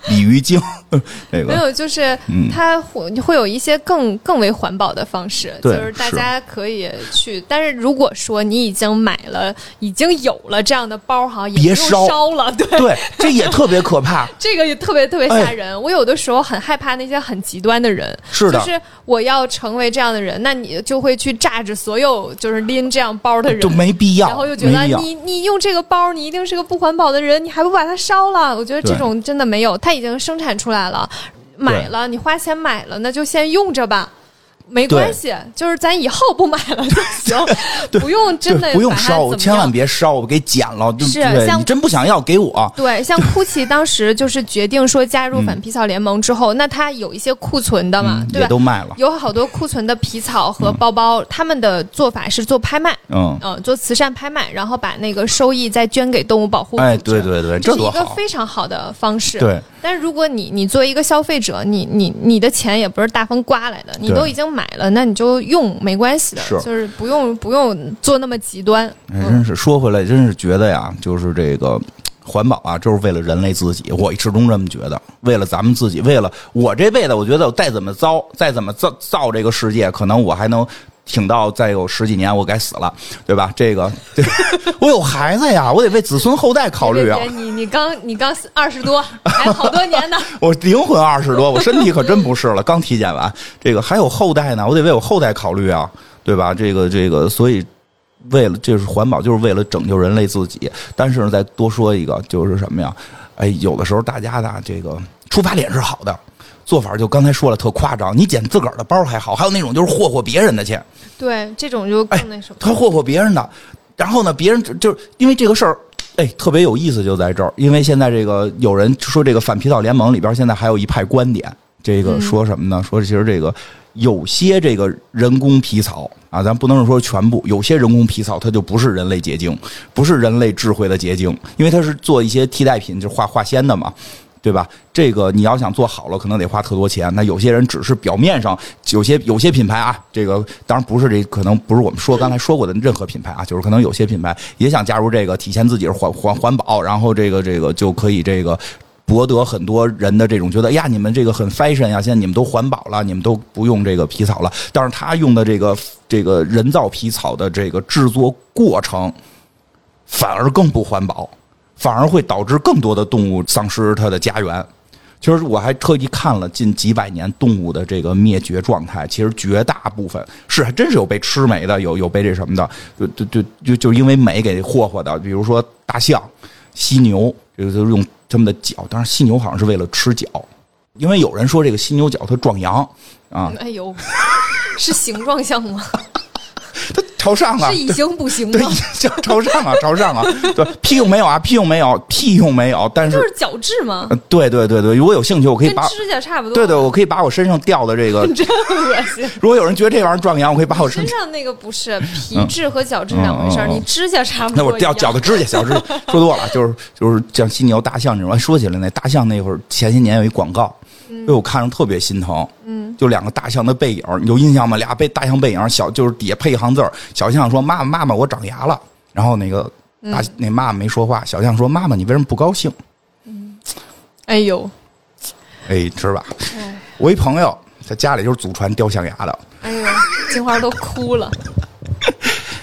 鲤鱼精，这
没
个
有，就是
嗯
它会会有一些更更为环保的方式，就
对
是大家可以去。但是如果说你已经买了，已经有了这样的包哈，也不
别
用
烧
烧了， 对。
对，这也特别可怕。
这个也特别特别吓
哎
人，我有的时候很害怕那些很极端的人，
是的
就是我要成为这样的人，那你就会去榨制所有就是拎这样包的人，
就没必要，
然后又觉
没
得啊
必要
你你用这个包，你一定是个不环保的人，你还不把它烧了？我觉得这
对
种真的没有，它已经生产出来了，买了你花钱买了，那就先用着吧。没关系，就是咱以后不买了就行
对，
不用真的
对不用
把它
烧，
怎么
千
样
万别烧，给剪了。对
是
对
像
你真不想要，给我。
对，像 GUCCI 当时就是决定说加入反皮草联盟之后，那它有一些库存的嘛，
嗯
对
也
吧？
都卖了。
有好多库存的皮草和包包，他们的做法是做拍卖，
嗯，
嗯、做慈善拍卖，然后把那个收益再捐给动物保护组织。
哎，对对对，
这是
多
一个
好。
非常好的方式。
对，
但是如果你你作为一个消费者，你你你的钱也不是大风刮来的，你
对
都已经买了，那你就用没关系的，
是
就是不用不用做那么极端。嗯
哎，真是说回来，真是觉得呀，就是这个环保啊，就是为了人类自己。我始终这么觉得，为了咱们自己，为了我这辈子，我觉得我再怎么糟，再怎么造造这个世界，可能我还能。挺到再有十几年，我该死了，对吧？这个，对 我有孩子呀，我得为子孙后代考虑啊
别。别别你你刚你刚二十多，还好多年 呢。
我灵魂二十多，我身体可真不是了，刚体检完，这个还有后代呢，我得为我后代考虑啊，对吧？这个这个，所以为了就是环保，就是为了拯救人类自己。但是呢，再多说一个，就是什么呀？哎，有的时候大家呢，这个出发点是好的，做法就刚才说了，特夸张。你捡自个儿的包还好，还有那种就是霍霍别人的去，
对，这种就
哎
更那什么。
他霍霍别人的，然后呢，别人就就是因为这个事儿。哎，特别有意思就在这儿，因为现在这个有人说这个反皮草联盟里边现在还有一派观点，这
嗯
个说什么呢？说其实这个有些这个人工皮草啊，咱不能说全部，有些人工皮草它就不是人类结晶，不是人类智慧的结晶，因为它是做一些替代品，就化化纤的嘛。对吧？这个你要想做好了，可能得花特多钱。那有些人只是表面上，有些有些品牌啊，这个当然不是这，可能不是我们说刚才说过的任何品牌啊，就是可能有些品牌也想加入这个，体现自己是环环环保，然后这个这个就可以这个。博得很多人的这种觉得，哎呀，你们这个很 fashion 呀、现在你们都环保了，你们都不用这个皮草了。但是他用的这个这个人造皮草的这个制作过程，反而更不环保，反而会导致更多的动物丧失它的家园。其实我还特意看了近几百年动物的这个灭绝状态，其实绝大部分是还真是有被吃没的，有有被这什么的，就就就就就因为美给霍霍的，比如说大象、犀牛，这个就是用它们的脚，当然犀牛好像是为了吃脚，因为有人说这个犀牛角它壮阳啊，
哎呦，是形状像吗？
它朝上啊，
是以形补形
对
吗？，
叫 朝上啊，朝上啊，对，屁用没有啊，屁用没有，屁用没有，但是
就。是角质吗？
呃对对对对，如果有兴趣，我可以
跟啊
把
指甲差不多。，
对对，我可以把我身上掉的这个
真恶心。
如果有人觉得这玩意儿壮阳，我可以把我身
身
上，
上那个不是皮质和角质两回事儿，
嗯嗯嗯嗯嗯
你指甲差不多
那
一样。
我掉脚的指甲，小指甲说多了，就是就是像犀牛、大象这种。哎说起来，那大象那会儿前些年有一广告，被我看着特别心疼。嗯，就两个大象的背影，你有印象吗？俩背大象背影，小就是底下配一行字儿，小象说：“妈妈，妈妈，我长牙了。”然后那个大、那妈妈没说话，小象说：“妈妈，你为什么不高兴？”
哎呦，
哎，吃吧。我一朋友，他家里就是祖传雕象牙的。
哎呦，金花都哭 了。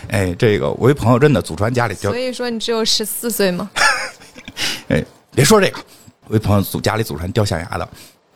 哎，这个我一朋友真的祖传家里雕
所以说你只有十四岁吗？
哎，别说这个，我一朋友祖家里祖传雕象牙的，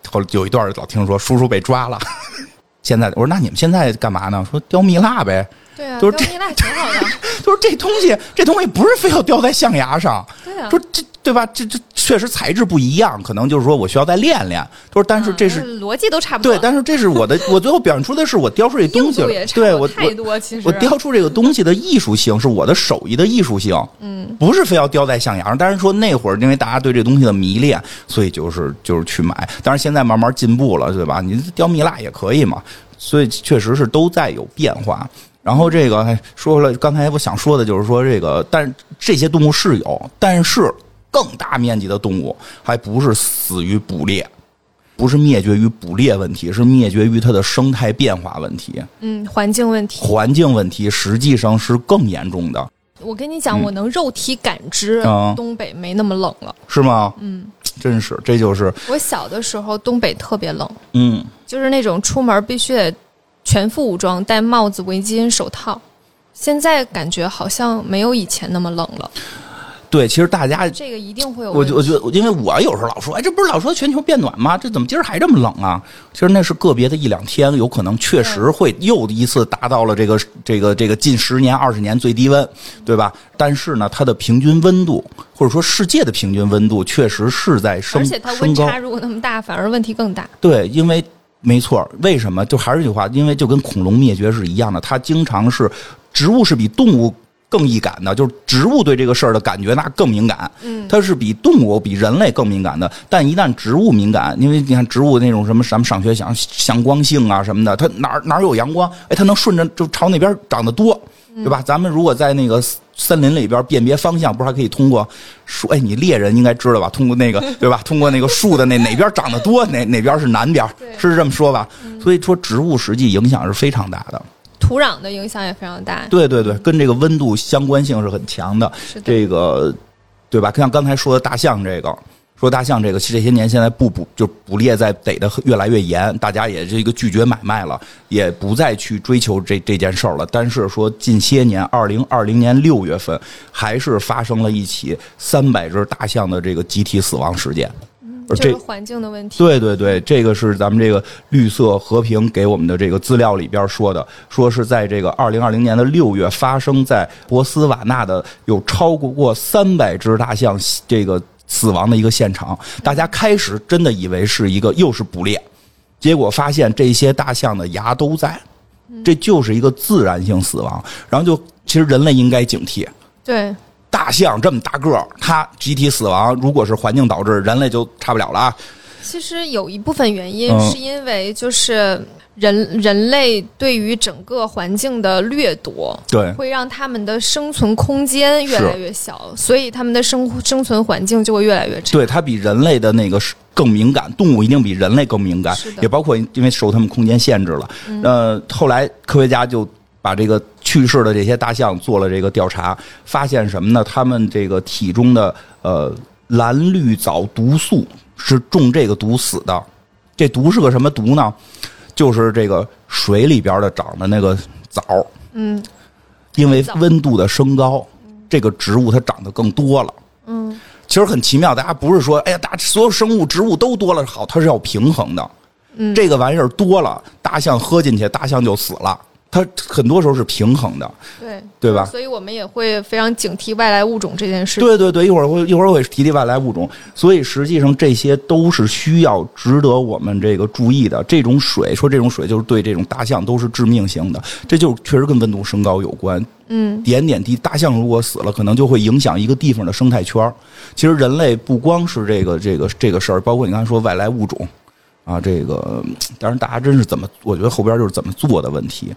后来有一段老听说叔叔被抓了， 现在我说那你们现在干嘛呢？说雕蜜蜡呗，
对啊，
就是这
你俩挺好 的。
他说这东西这东西不是非要雕在象牙上，
对啊
说这对吧？这这确实材质不一样，可能就是说我需要再练练。他说但是这是。
嗯逻辑都差不多。
对，但是这是我的，我最后表现出的是我雕出这东西
硬 度
了
也，差不多
对我
太多其实
我雕出这个东西的艺术性是我的手艺的艺术性，嗯，不是非要雕在象牙上。但是说那会儿因为大家对这东西的迷恋，所以就是就是去买。当然现在慢慢进步了，对吧？你雕蜜蜡也可以嘛，所以确实是都在有变化。然后这个哎说回来，刚才我想说的就是说这个，但这些动物是有，但是更大面积的动物还不是死于捕猎。不是灭绝于捕猎问题，是灭绝于它的生态变化问题、
嗯，环境问题，
环境问题，实际上是更严重的，
我跟你讲，我能肉体感知
嗯啊
东北没那么冷了。
是吗？嗯，真是，这就是，
我小的时候东北特别冷，
嗯，
就是那种出门必须得全副武装，戴帽子、围巾、手套。现在感觉好像没有以前那么冷了，
对，其实大家。
这个一定会有
我
问题。
就我觉得，因为我有时候老说，哎，这不是老说全球变暖吗？这怎么今儿还这么冷啊？其实那是个别的一两天，有可能确实会又一次达到了这个这个这个近十年二十年最低温，对吧？但是呢，它的平均温度或者说世界的平均温度确实是在升
而且它温
升高
差。如果那么大，反而问题更大。
对，因为没错，为什么？就还是这句话，因为就跟恐龙灭绝是一样的，它经常是植物是比动物。更易感的，就是植物对这个事儿的感觉，那更敏感。嗯，它是比动物、比人类更敏感的。但一旦植物敏感，因为你看植物那种什么，咱们上学讲向光性啊什么的，它哪儿哪儿有阳光，哎，它能顺着就朝那边长得多，对吧？咱们如果在那个森林里边辨别方向，不是还可以通过树？哎，你猎人应该知道吧？通过那个对吧？通过那个树的那哪边长得多，哪哪边是南边，
对
是这么说吧？所以说植物实际影响是非常大的。
土壤的影响也非常大。
对对对，跟这个温度相关性是很强的。
是的，
这个对吧？像刚才说的大象这个。说大象这个这些年现在不捕就捕猎在逮的越来越严，大家也是一个拒绝买卖了，也不再去追求这这件事儿了。但是说近些年，二零二零年六月份还是发生了一起三百只大象的这个集体死亡事件，而
嗯就是
这
环境的问题。
对对对，这个是咱们这个绿色和平给我们的这个资料里边说的，说是在这个二零二零年的六月，发生在博斯瓦纳的有超过过三百只大象这个死亡的一个现场，大家开始真的以为是一个又是捕猎，结果发现这些大象的牙都在，这就是一个自然性死亡，然后就其实人类应该警惕。
对
大象这么大个儿，它集体死亡，如果是环境导致，人类就差不了了啊！
其实有一部分原因
嗯
是因为就是人人类对于整个环境的掠夺。
对，
会让他们的生存空间越来越小，所以他们的生生存环境就会越来越差。
对，它比人类的那个是更敏感，动物一定比人类更敏感
是，的嗯
也包括因为受它们空间限制了。呃，后来科学家就把这个去世的这些大象做了这个调查，发现什么呢？它们这个体中的呃蓝绿藻毒素是中这个毒死的。这毒是个什么毒呢？就是这个水里边的长的那个藻，
嗯
因为
藻
温度的升高，这个植物它长得更多了。
嗯，
其实很奇妙，大家不是说，哎呀，大所有生物植物都多了好，它是要平衡的。
嗯
这个玩意儿多了，大象喝进去，大象就死了。它很多时候是平衡的，
对
对吧？
所以我们也会非常警惕外来物种这件事。
对对对，一会儿会一会儿会提提外来物种，所以实际上这些都是需要值得我们这个注意的。这种水，说这种水就是对这种大象都是致命性的，这就是确实跟温度升高有关。
嗯，
点点滴，大象如果死了，可能就会影响一个地方的生态圈儿。其实人类不光是这个这个这个事儿，包括你刚才说外来物种。啊，这个嗯当然，大家真是怎么，我觉得后边就是怎么做的问题。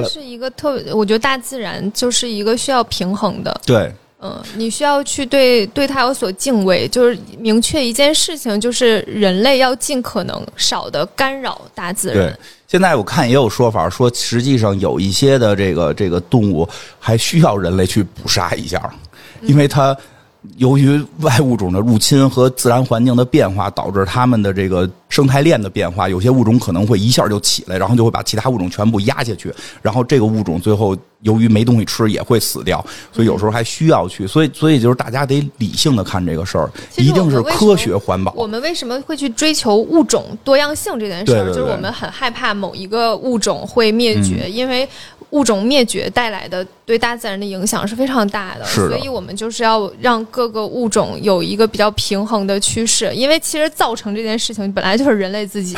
它
了，
是一个特别，我觉得大自然就是一个需要平衡的。
对
嗯，你需要去对对它有所敬畏，就是明确一件事情，就是人类要尽可能少的干扰大自
对
然。，
现在我看也有说法说，实际上有一些的这个这个动物还需要人类去捕杀一下，因为它由于外物种的入侵和自然环境的变化，导致它们的这个生态链的变化，有些物种可能会一下就起来，然后就会把其他物种全部压下去，然后这个物种最后由于没东西吃也会死掉，所以有时候还需要去，所以所以就是大家得理性的看这个事儿，
其实
一
我们
定是
为什
科
么
学环保。
我们为什么会去追求物种多样性这件事儿？
对对对嗯
就是我们很害怕某一个物种会灭绝，因为物种灭绝带来的对大自然的影响是非常大的。
是的
所以我们就是要让各个物种有一个比较平衡的趋势，因为其实造成这件事情本来就是人类自己。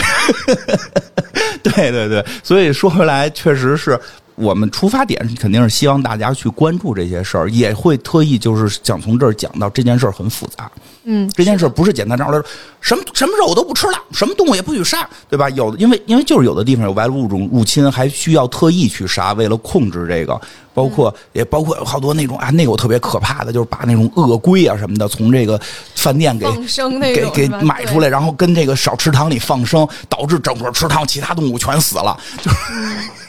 对对对，所以说回来，确实是我们出发点肯定是希望大家去关注这些事儿，也会特意就是想从这儿讲到这件事儿很复杂，
嗯，
这件事儿不是简单张来说什么什么肉我都不吃了，什么动物也不许杀，对吧？有的因为因为就是有的地方有外来物种入侵，还需要特意去杀，为了控制这个，包
嗯
括也包括有好多那种啊，那个我特别可怕的，就是把那种鳄龟啊什么的从这个饭店给
放生那
给
种
给
是吧
买
对
出来，然后跟这个小池塘里放生，导致整个池塘其他动物全死了，就是、
嗯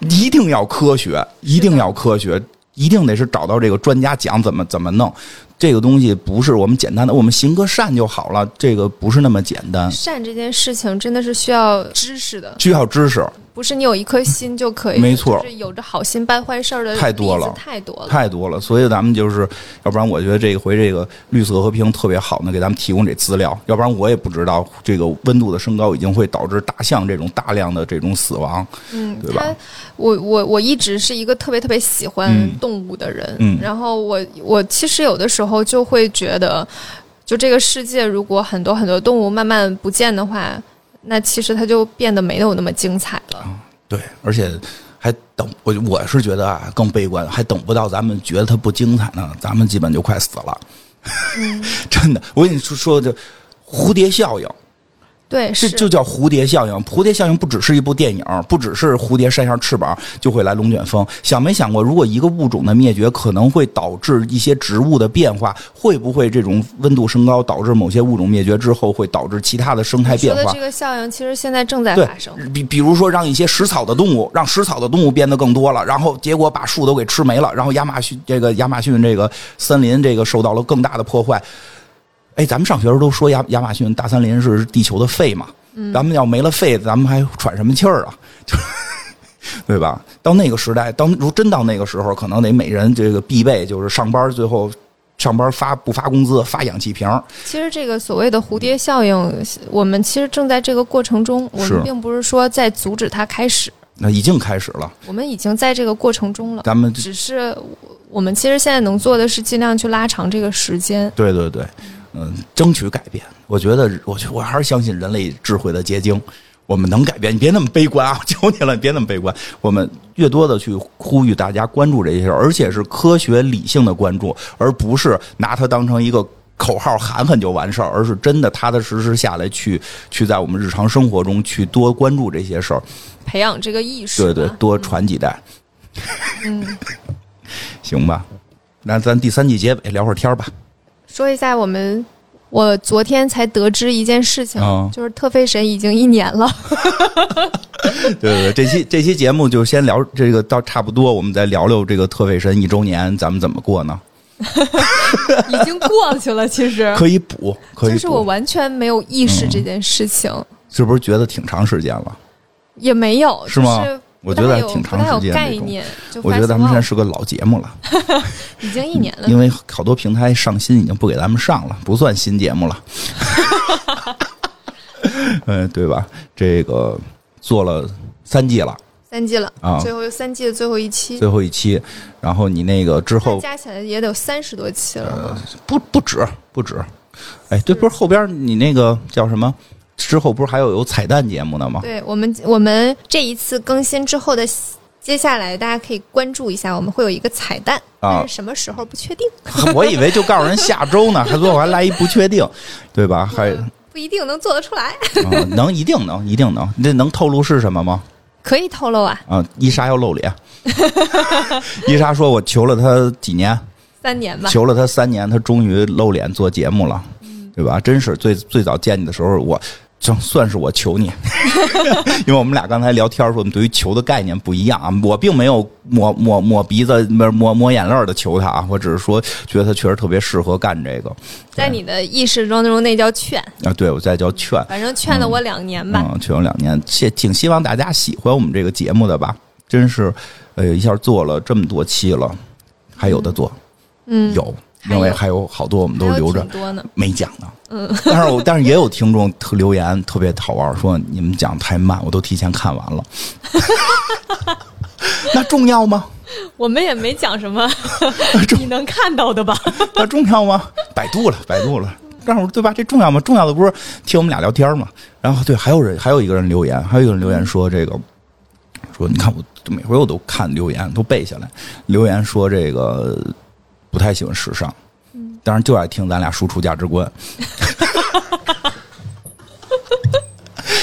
一定要科学，一定要科学，一定得是找到这个专家讲怎么怎么弄。这个东西不是我们简单的，我们行个善就好了，这个不是那么简单，
善这件事情真的是需要知识的，
需要知识
不是你有一颗心就可以。
嗯没错
就是有着好心办坏事儿的
太多
例子
了
太多了。
太多了。所以咱们就是，要不然我觉得这回这个绿色和平特别好呢，给咱们提供这资料，要不然我也不知道这个温度的升高已经会导致大象这种大量的这种死亡。
嗯
对，吧
他，我我我一直是一个特别特别喜欢
嗯
动物的人，
嗯
然后我我其实有的时候就会觉得，就这个世界如果很多很多动物慢慢不见的话，那其实它就变得没有那么精彩了。
对，而且还等我我是觉得啊，更悲观，还等不到咱们觉得它不精彩呢，咱们基本就
嗯
快死了。真的，我跟你说说这蝴蝶效应，
对，
这
是
就叫蝴蝶效应。蝴蝶效应不只是一部电影，不只是蝴蝶扇下翅膀就会来龙卷风。想没想过，如果一个物种的灭绝可能会导致一些植物的变化，会不会这种温度升高导致某些物种灭绝之后，会导致其他的生态
说
变
的
化
这？个效应，其实现在正在
对
发生。，
比比如说让一些食草的动物，让食草的动物变得更多了，然后结果把树都给吃没了，然后亚马逊这个亚马逊这个森林这个受到了更大的破坏。哎，咱们上学时候都说亚亚马逊大森林是地球的肺嘛，
嗯
咱们要没了肺，咱们还喘什么气儿啊？ 对吧？到那个时代，当如真到那个时候，可能得每人这个必备就是上班，最后上班发不发工资，发氧气瓶儿。
其实这个所谓的蝴蝶效应，我们其实正在这个过程中，我
是
们并不是说在阻止它开始，
那已经开始了，
我们已经在这个过程中了。
咱们
只是我我们其实现在能做的是尽量去拉长这个时间。
对对对，嗯，争取改变。我觉得，我觉我还是相信人类智慧的结晶，我们能改变。你别那么悲观啊！我 求你了，别那么悲观。我们越多的去呼吁大家关注这些事儿，而且是科学理性的关注，而不是拿它当成一个。口号喊喊就完事儿，而是真的踏踏实实下来去去在我们日常生活中去多关注这些事儿，
培养这个意识吧。
对对，多传几代，
嗯，
行吧？那咱第三季结尾聊会儿天儿吧。
说一下我们，我昨天才得知一件事情，
哦
就是特费神已经一年 了。
对对对，这 期这期节目就先聊这个到差不多，我们再聊聊这个特费神一周年，咱们怎么过呢？
已经过去了，其实
可以补，可
嗯
以嗯
就是我
补，
完全没有意识这件事情，
是不是觉得挺长时间了？
也没有，
是吗
就是
我
不
觉
太
得还
有
挺长
不
时
太
间
有概
这种
念，就
我
发
觉得
现
咱们现
哇
在是个老节目了，
已经一年了，
因为好多平台上新已经不给咱们上了，不算新节 目了。嗯，对吧？这个做了三季了，
三季了，
啊
最后又三季的最后一期，
最后一期，然后你那个之后呃
加起来也得有三十多期了嘛。
不不止不止，哎，对，不是后边你那个叫什么？之后不是还有有彩蛋节目呢吗？
对我们，我们这一次更新之后的。接下来大家可以关注一下，我们会有一个彩蛋，
啊
但是什么时候不确定，
我以为就告诉人下周呢，还最后还来一不确定，对吧？还、
不一定能做得出来。
啊能一定能一定能，那能透露是什么吗？
可以透露啊，
啊，伊莎要露脸。伊莎说：“我求了她几年，
三年吧，
求了她三年，她终于露脸做节目了，对吧？真是最最早见你的时候，我这算是我求你，因为我们俩刚才聊天说，我们对于求的概念不一样啊。我并没有抹抹抹鼻子、抹抹抹眼泪儿的求他啊，我只是说觉得他确实特别适合干这个
在你的意识当中那叫劝，
啊。对我再叫劝，
反正劝了我两年吧。
嗯，去了两年，谢，挺希望大家喜欢我们这个节目的吧。真是，呃，一下做了这么多期了，还有的做，
嗯，
有，
还
因为
有
还有好多我嗯们都
还有
留着
挺多 呢。
没讲呢。嗯，但是我但是也有听众特留言特别好玩，说你们讲太慢，我都提前看完了。 那重要吗？
我们也没讲什 么你能看到的吧？
那重要吗？百度了，百度了。但是对吧？这重要吗？重要的不是听我们俩聊天吗？然后对，还有人，还有一个人留言，还有一个人留言说这个，说你看我每回我都看留言，都背下来。留言说这个不太喜欢时尚，当然就爱听咱俩输出价值观。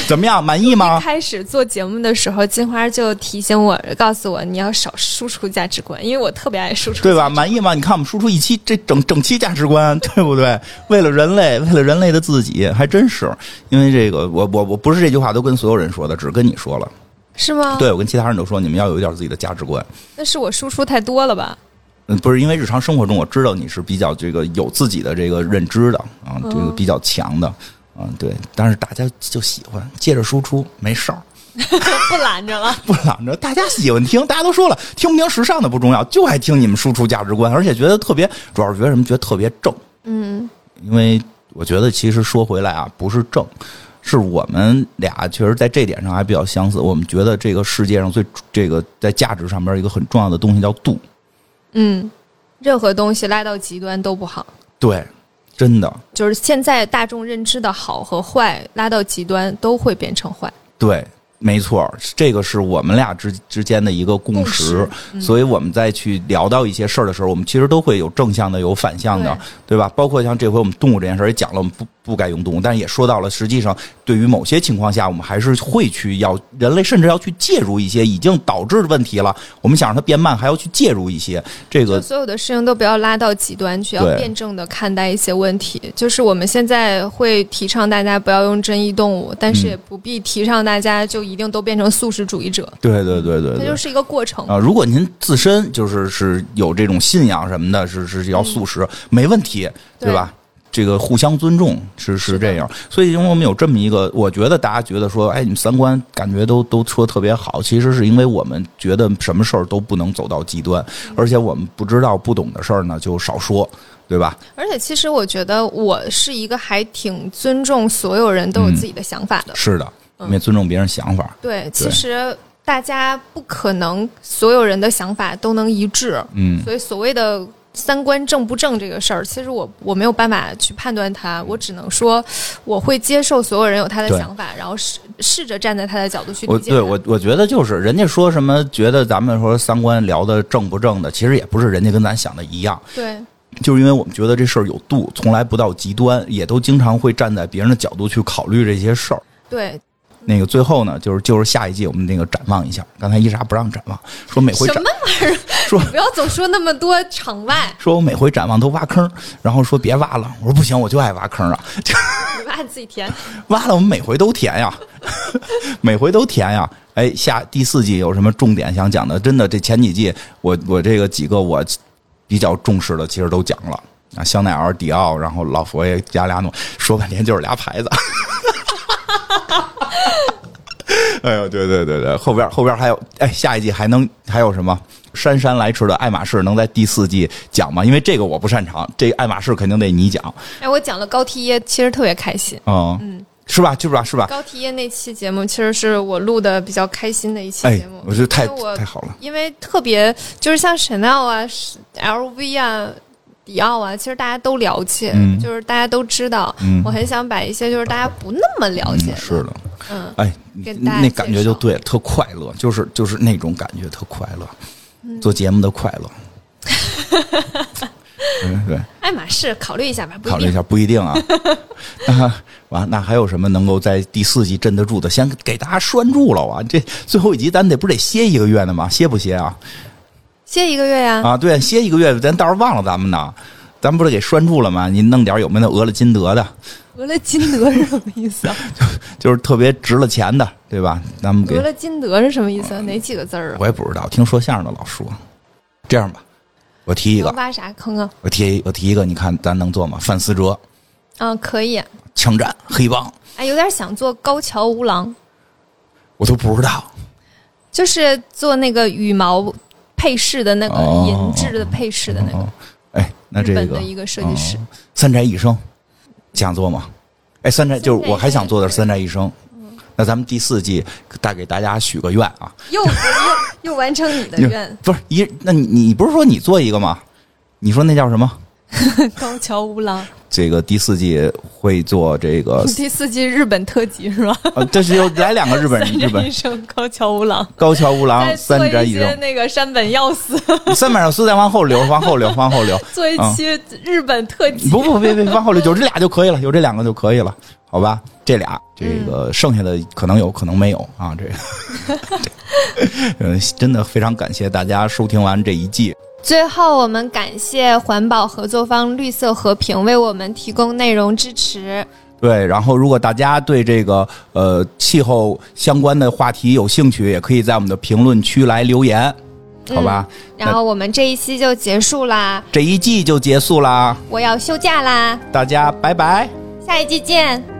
怎么样？满意吗？
开始做节目的时候，金花就提醒我，告诉我你要少输出价值观，因为我特别爱输出。
对吧？满意吗？你看我们输出一期这整整期价值观， 对不对？为了人类，为了人类的自己，还真是。因为这个，我我我不是这句话都跟所有人说的，只跟你说了。
是吗？
对我跟其他人都说，你们要有一点自己的价值观。
那是我输出太多了吧？
嗯，不是因为日常生活中我知道你是比较这个有自己的这个认知的啊，这个比较强的啊，对。但是大家就喜欢接着输出，没事儿。
不拦着了。
不拦着，大家喜欢听，大家都说了，听不听时尚的不重要，就爱听你们输出价值观，而且觉得特别，主要是觉得什么？觉得特别正。
嗯，
因为我觉得其实说回来啊，不是正，是我们俩确实在这点上还比较相似。我们觉得这个世界上最这个在价值上边一个很重要的东西叫度，
嗯，任何东西拉到极端都不好。
对，真的
就是现在大众认知的好和坏，拉到极端都会变成坏。
对。没错，这个是我们俩之之间的一个共识，
共识嗯
所以我们在去聊到一些事儿的时候，我们其实都会有正向的，有反向的，对吧？包括像这回我们动物这件事儿也讲了，我们不不该用动物，但是也说到了，实际上对于某些情况下，我们还是会去要人类甚至要去介入一些已经导致的问题了，我们想让它变慢，还要去介入一些这个
就所有的事情都不要拉到极端去，要
对
辩证的看待一些问题。就是我们现在会提倡大家不要用争议动物，但
嗯
是也不必提倡大家就一定都变成素食主义者，
对对对对
它
对
就。是一个过程。
啊，如果您自身就是是有这种信仰什么的，是是要素食，没问题，对
嗯对
吧？这个互相尊重是是这样，所以因为我们有这么一个，我觉得大家觉得说，哎，你们三观感觉都都说得特别好，其实是因为我们觉得什么事儿都不能走到极端，
嗯
而且我们不知道不懂的事儿呢就少说，对吧？
而且其实我觉得我是一个还挺尊重所有人都有
嗯
自己的想法的。
是的，
嗯
因为尊重别人想法，
对，其实大家不可能所有人的想法都能一致，
嗯，
所以所谓的三观正不正这个事儿，其实我我没有办法去判断它，我只能说我会接受所有人有他的
对
想法，然后试试着站在他的角度去
我
理解
对
他。
我我觉得就是人家说什么觉得咱们说三观聊的正不正的，其实也不是人家跟咱想的一样。
对
就是因为我们觉得这事儿有度，从来不到极端，也都经常会站在别人的角度去考虑这些事儿。
对，
那个最后呢，就是就是下一季我们那个展望一下。刚才伊莎不让展望，说每回
什
展
么玩意儿？
说
你不要总说那么多场外，
说我每回展望都挖坑，然后说别挖了。我说不行，我就爱挖坑啊，
你把自己填。
挖了我们每回都填呀， 每回都填呀。哎，下第四季有什么重点想讲的？真的，这前几季我我这个几个我比较重视的，其实都讲了啊，香奈儿、迪奥，然后老佛爷、加利亚诺，说半天就是俩牌子。 哎呦，对对对对，后边后边还有，哎，下一季还能还有什么？姗姗来迟的爱马仕能在第四季讲吗？因为这个我不擅长，这爱马仕肯定得你讲，
哎，我讲了高缇耶，其实特别开心。
嗯，嗯是吧？是吧？是吧？
高缇耶那期节目其实是我录的比较开心的一期
哎
节目，，
我觉得太
因为我
太好了。
因为特别就是像 Chanel 啊、是 LV 啊、迪奥啊，其实大家都了解，
嗯
就是大家都知道。
嗯
我很想把一些就是大家不那么了解
嗯，是的，
嗯，
哎，
跟大家
那感觉
介
就
绍
对了，特快乐，就是就是那种感觉，特快
嗯
乐，做节目的快 乐。嗯，对，
爱哎马仕考虑一下吧，不一
考虑一
定。
下，不一 定啊。那完，那还有什么能够在第四季镇得住的？先给大家拴住了啊！这最后一集，咱得不是得歇一个月呢吗？歇不歇啊？
歇一个月呀、
啊，对，歇一个月，咱到时候忘了咱们呢。咱们不是给拴住了吗？你弄点有没有那俄勒金德的，
俄勒金德是什么意思啊？
就是特别值了钱的， 对吧？咱们给
俄勒金德是什么意思啊？哪几个字儿啊？
我也不知道，听说相声的老说。这样吧，我提一
能
个，
挖啥坑啊？
我提我提一个，你看咱能做吗？范思哲
啊，可以、
枪战黑帮，
哎，有点想做高桥吾郎，
我都不知道。
就是做那个羽毛配饰的那个
哦
银质的配饰的那个。
哦，哎，那这
日本
个
的一个设计师
哦三宅一生想做吗？哎，三宅就是我还想做的是三宅一生。
嗯
那咱们第四季带给大家许个愿啊，
又 又又完成你的
你
愿，
不是一，那你你不是说你做一个吗？你说那叫什么？
高桥吾郎。，
这个第四季会做这个
第四季日本特辑是吧？
呃，这是又来两个日本人，日
这
本
一生高桥吾郎，
高桥吾郎、
再
三
做
宅
一
一生
些，那个山本耀司，
三百上四再往后留，往后留，往后 留。
做一期日本特辑。
啊不不，别别，往后留，有这俩就可以了，有这两个就可以了，好吧？这俩，这
嗯
个剩下的可能有可能没有啊，这个。 嗯，真的非常感谢大家收听完这一季。
最后，我们感谢环保合作方绿色和平为我们提供内容支持。
对，然后如果大家对这个呃气候相关的话题有兴趣，也可以在我们的评论区来留言，好吧？
然后我们这一期就结束啦，
这一季就结束啦，
我要休假啦，
大家拜拜。
下一季见。